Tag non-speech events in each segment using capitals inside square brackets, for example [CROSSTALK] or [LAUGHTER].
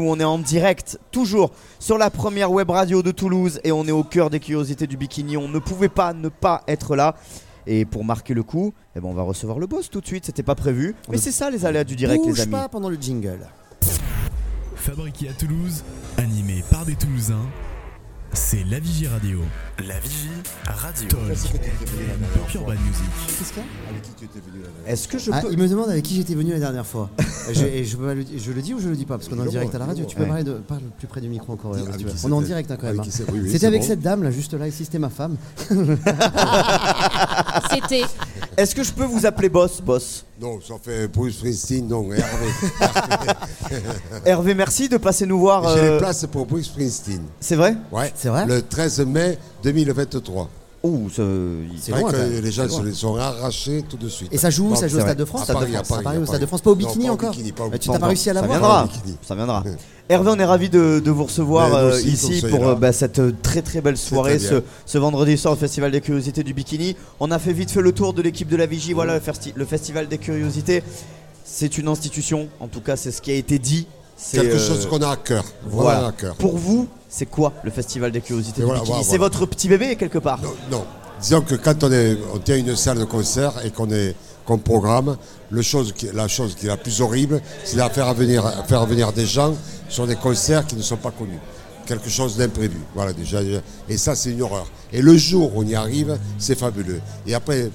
Nous, on est en direct, toujours sur la première web radio de Toulouse et on est au cœur des curiosités du bikini. On ne pouvait pas ne pas être là. Et pour marquer le coup, eh ben, on va recevoir le boss tout de suite. C'était pas prévu. Mais c'est ça les aléas du direct, Bouge les amis. pas pendant le jingle. Fabriqué à Toulouse, animé par des Toulousains, c'est La Vigie Radio. La Vigie Radio. Talk, Pop Urban Music. Est-ce que je Ah, peux. il me demande avec qui j'étais venu la dernière fois. [LAUGHS] Et je, et je peux pas le, je le dis ou je le dis pas Parce qu'on est en direct à la radio. Tu peux Ouais. parler de, parle plus près du micro encore. Hervé, si tu avec veux. qui On est en c'était direct hein, quand Avec même. hein. qui c'est- oui, oui, C'était c'est avec bon. cette dame là, juste là, ici, c'était ma femme. C'était Est-ce que je peux vous appeler boss, boss Non, ça fait Bruce Springsteen, non, [LAUGHS] Hervé. Hervé, merci de passer nous voir. J'ai euh, les places pour Bruce Springsteen. C'est vrai Ouais. C'est vrai Le 13 mai 2023. Ouh, ça- il- C'est vrai loin, que quand même. euh, les gens C'est loin. se les sont arrachés tout de suite. Et ça joue où Bon, Ça joue au c'est Stade vrai. de France À Stade de Paris, à France, Paris, à Paris, au à Stade de Paris. France. Pas au Non, bikini pas au encore bikini, pas au Mais Tu bikini. t'as pas réussi à ça la voir viendra. Pas en bikini. Ça viendra. Hervé, on est ravi de, de vous recevoir Mais nous euh, aussi, pour ici que ça pour ira. euh, bah, cette euh, très très belle soirée, très bien. ce, ce vendredi soir au Festival des Curiosités du Bikini. On a fait vite fait le tour de l'équipe de la Vigie. Voilà le, festi- le Festival des Curiosités. C'est une institution, en tout cas, c'est ce qui a été dit. C'est Quelque euh, chose qu'on a à cœur. Voilà, voilà. à cœur. Pour vous, c'est quoi le Festival des Curiosités Et du voilà, Bikini voilà, C'est voilà. votre petit bébé quelque part. Non, non. Disons que quand on, est, on tient une salle de concert et qu'on est qu'on programme, le chose qui- la chose qui est la plus horrible, c'est de faire venir, faire venir des gens sur des concerts qui ne sont pas connus. Quelque chose d'imprévu. Voilà, déjà, déjà. Et ça, c'est une horreur. Et le jour où on y arrive, c'est fabuleux. Et après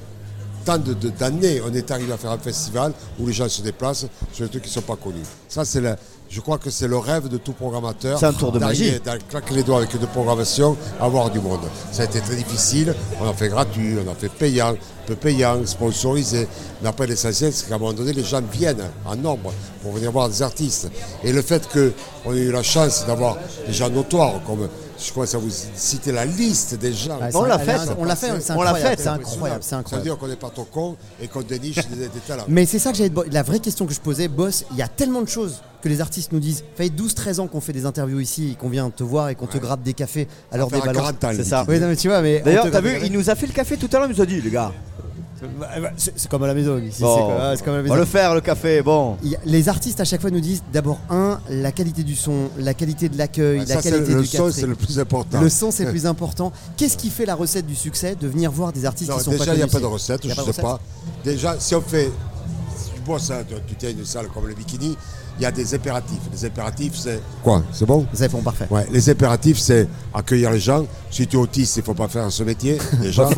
tant de- de- d'années, on est arrivé à faire un festival où les gens se déplacent sur des trucs qui ne sont pas connus. Ça, c'est la- je crois que c'est le rêve de tout programmateur. C'est un tour de d'arriver magie. d'en claquer les doigts avec une programmation, avoir du monde. Ça a été très difficile, on a fait gratuit, on a fait payant, peu payant, sponsorisé. Mais après l'essentiel, c'est qu'à un moment donné, les gens viennent en nombre pour venir voir des artistes. Et le fait qu'on ait eu la chance d'avoir des gens notoires, comme je crois ça vous citer la liste des gens. Ouais, On Ah, c'est- l'a elle fait. a- On l'a fait, c'est On l'a incroyable, fait. c'est incroyable, c'est Ça veut incroyable. dire qu'on n'est pas trop con et qu'on déniche [LAUGHS] des, des talents. Mais c'est ça que j'avais. de- La vraie question que je posais, boss, il y a tellement de choses que les artistes nous disent. Ça fait 12-13 ans qu'on fait des interviews ici et qu'on vient te voir et qu'on te grappe des cafés à l'heure Faire des à ballons. 40 ans, C'est le ça. bikini. Oui, non, mais tu vois, mais. on D'ailleurs, te t'as grappe vu, des il nous a fait le café tout à l'heure. Il nous a dit, les gars, C'est c'est comme à la maison ici. c'est bon, comme- ah, c'est comme à la on va maison. le faire le café. Bon. Il y a- Les artistes à chaque fois nous disent d'abord un la qualité du son, la qualité de l'accueil, Ouais, la ça, c'est qualité le du son, café. c'est le plus important. Le son c'est le plus important. Qu'est-ce qui fait la recette du succès de venir voir des artistes Non, qui sont déjà, pas il n'y a connus pas ici de recette, Il y je a ne pas de sais pas. Déjà, si on fait. Si tu bois ça, tu, tu tiens une salle comme le bikini, il y a des impératifs. Les impératifs, c'est. Quoi C'est bon Vous avez bon parfait. Ouais, les impératifs, c'est accueillir les gens. Si tu es autiste, il ne faut pas faire ce [LAUGHS] métier, déjà.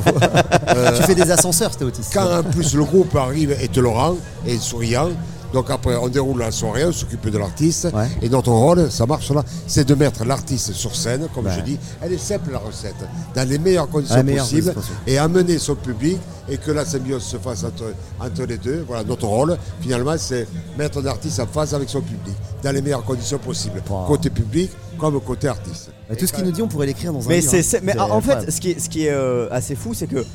Ah, Tu fais des ascenseurs, c'était autiste. Quand en plus le groupe arrive et te le rend, et souriant, donc après on déroule la soirée, on s'occupe de l'artiste, Ouais. et notre rôle, ça marche là, c'est de mettre l'artiste sur scène, comme je dis. Elle est simple la recette, dans les meilleures conditions Ah, meilleures possibles, conditions possibles. et amener son public, et que la symbiose se fasse entre, entre les deux. Voilà, notre rôle, finalement, c'est mettre l'artiste en phase avec son public, dans les meilleures conditions possibles, côté public comme côté artiste. Mais tout ce qu'ils nous dit, on pourrait l'écrire dans un Mais, livre. hein. c'est, c'est- mais C'est en- en fait, incroyable. ce qui est, ce qui est euh, assez fou, c'est que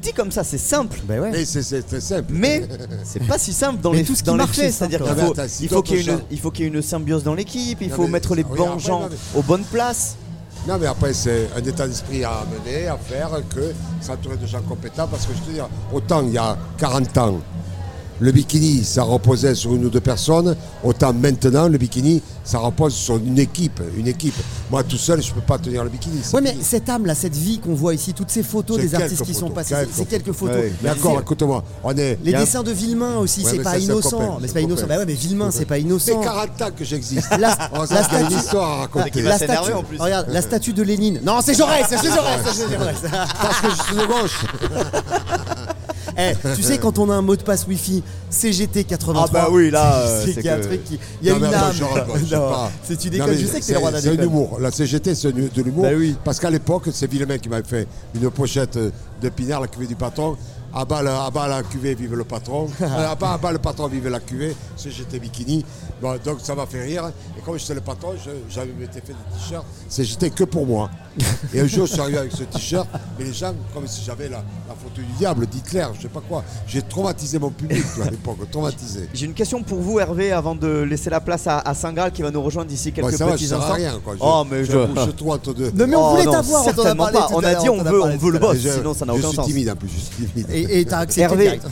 dit comme ça, c'est simple. Bah ouais. Et c'est- c'est très simple. Mais c'est pas si simple dans Mais les, tout ce qui dans les marche, faits. c'est simple, C'est-à-dire ouais. qu'il faut, Ah bah, t'as- si il faut t'as qu'il y ait ton une, chat. il faut qu'il y ait une symbiose dans l'équipe, il Non, faut mais mettre les ça- oui, bons après, gens non, mais- aux bonnes places. Non, mais après, c'est un état d'esprit à amener, à faire, que s'entourer de gens compétents. Parce que je te dis, autant il y a 40 ans, le bikini, ça reposait sur une ou deux personnes. Autant maintenant, le bikini, ça repose sur une équipe. Une équipe. Moi, tout seul, je ne peux pas tenir le bikini. c'est Ouais, mais fini. cette âme là, cette vie qu'on voit ici, toutes ces photos C'est des artistes quelques qui sont photos, passés, quelques c'est quelques photos. Ouais. Mais D'accord, c'est- écoute-moi. On est. Les il y a- dessins de Villemain aussi, Ouais, c'est mais pas ça, c'est un innocent. copain, Mais c'est c'est pas un innocent. copain. Bah ouais, mais Villemain, c'est pas C'est innocent. 40 ans que j'existe. La- On la a une statue- histoire à raconter. Il va s'énerver en plus. Regarde, la Ah, statue de Lénine. Non, c'est Jaurès, c'est Jaurès, c'est Jaurès. Parce que je suis de gauche. Eh, tu sais quand on a un mot de passe Wi-Fi CGT 83. Ah bah oui, là, euh, c'est c'est qu'il y a un que- truc qui il y a Non, une mais attends, âme. je raconte, je sais Non, pas. c'est tu Non, déconnes, mais je sais que t'es le roi de la C'est un déconne. humour. La CGT, c'est une- de l'humour. Bah oui. Parce qu'à l'époque, c'est Villemain qui m'avait fait une pochette euh, de pinard, la cuvée du patron. À bas, la, à bas la cuvée, vive [LAUGHS] le patron. Euh, à, bas, à bas le patron, vive la cuvée. CGT bikini. Bon, donc ça m'a fait rire. Et comme j'étais le patron, je- j'avais m'étais fait des t-shirts. CGT que pour moi. Et un jour, je suis arrivé avec ce t-shirt. Mais les gens, comme si j'avais la, la photo du diable, d'Hitler, je sais pas quoi. J'ai traumatisé mon public toi, à l'époque. Traumatisé. J'ai une question pour vous, Hervé, avant de laisser la place à, à Saint Graal qui va nous rejoindre d'ici Bah, quelques Ouais, ça va, je petits sers à instants. rien. Quoi. Je, oh, mais je. je [LAUGHS] bouche trop entre deux. Non, mais on Oh, voulait non, t'avoir, on t'en a certainement parlé pas. tout On à a l'heure, dit on t'en a veut, parlé on tout veut à le l'heure. boss, Je- sinon ça n'a aucun Je suis sens. timide en plus, je suis timide. Et et t'as accepté Hervé. direct.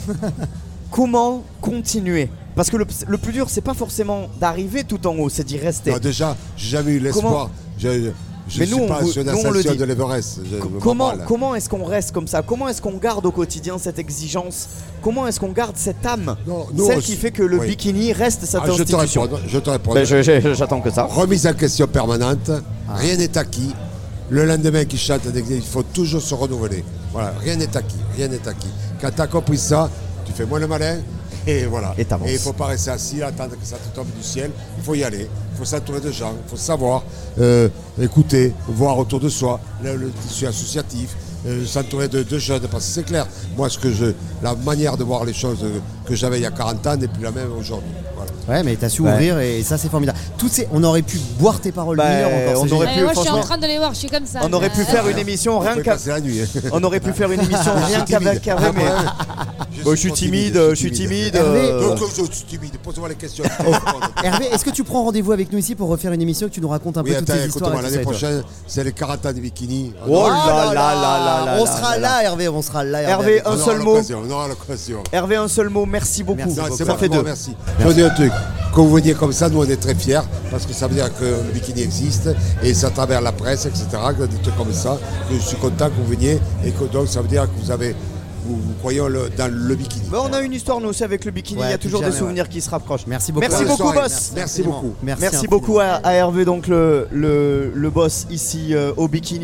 Comment continuer Parce que le, le plus dur, c'est pas forcément d'arriver tout en haut, c'est d'y rester. Non, déjà, j'ai jamais eu l'espoir. Comment Je, je Mais suis nous, on pas vous- sur nous, on le l'ascension dit. de l'Everest. Je- Co- me Comment, parle. comment est-ce qu'on reste comme ça Comment est-ce qu'on garde au quotidien cette exigence Comment est-ce qu'on garde cette âme Non, nous, Celle on- qui fait que le oui. bikini reste cette Ah, je te institution. réponds. Je te réponds. Ben, je- je- J'attends que ça. Ah. Remise en question permanente. Rien n'est acquis. Le lendemain qui chante, il faut toujours se renouveler. Voilà, rien n'est acquis. Rien n'est acquis. Quand tu as compris ça, tu fais moins le malin. Et voilà. Et t'avances. il ne faut pas rester assis, attendre que ça te tombe du ciel. Il faut y aller. Il faut s'entourer de gens. Il faut savoir euh, écouter, voir autour de soi le, le tissu associatif. euh, s'entourer de, de jeunes parce que c'est clair moi ce que je la manière de voir les choses euh, que j'avais il y a 40 ans n'est plus la même aujourd'hui Voilà. Ouais, mais t'as su ouvrir et ça, c'est formidable. Toutes ces... On aurait pu boire tes paroles Bah, meilleures encore. on c'est aurait génial. pu, Ouais, Euh, moi, je suis en franchement. train de les voir, je suis comme ça. On aurait pu Euh, faire une émission on rien peut qu'à. passer la nuit [LAUGHS] hein. On aurait pu [LAUGHS] faire une émission rien qu'avec Ah, Hervé, mais- Bon, je suis timide, je suis timide. Oh. Hervé, euh, Donc, je suis timide, pose-moi les questions. je te réponds. Eh, Hervé, est-ce que tu prends rendez-vous avec nous ici pour refaire une émission et que tu nous racontes un oui, peu toutes attends, ces histoires écoute-moi, et tout l'année ça, et toi prochaine, c'est les karatas de bikini. Oh Oh là là là là On là sera là là. là, Hervé, on sera là. Hervé, On un aura seul mot. l'occasion, On aura l'occasion. Hervé, un seul mot, merci beaucoup. Merci Non, c'est ça bon, fait bon, deux. Merci. Je veux dire un truc. Quand vous veniez comme ça, nous on est très fiers parce que ça veut dire que le bikini existe et c'est à travers la presse, etc. que Des trucs comme ça. que Je suis content que vous veniez et que donc ça veut dire que vous avez, vous, vous croyez le- dans le bikini. Bah, on a une histoire nous aussi avec le bikini, il Ouais, y a plus toujours des jamais, souvenirs qui se rapprochent. Merci beaucoup. Merci Bonne beaucoup, soirée. boss. Merci beaucoup. Merci, beaucoup à, à Hervé, donc le, le, le boss ici euh, au bikini.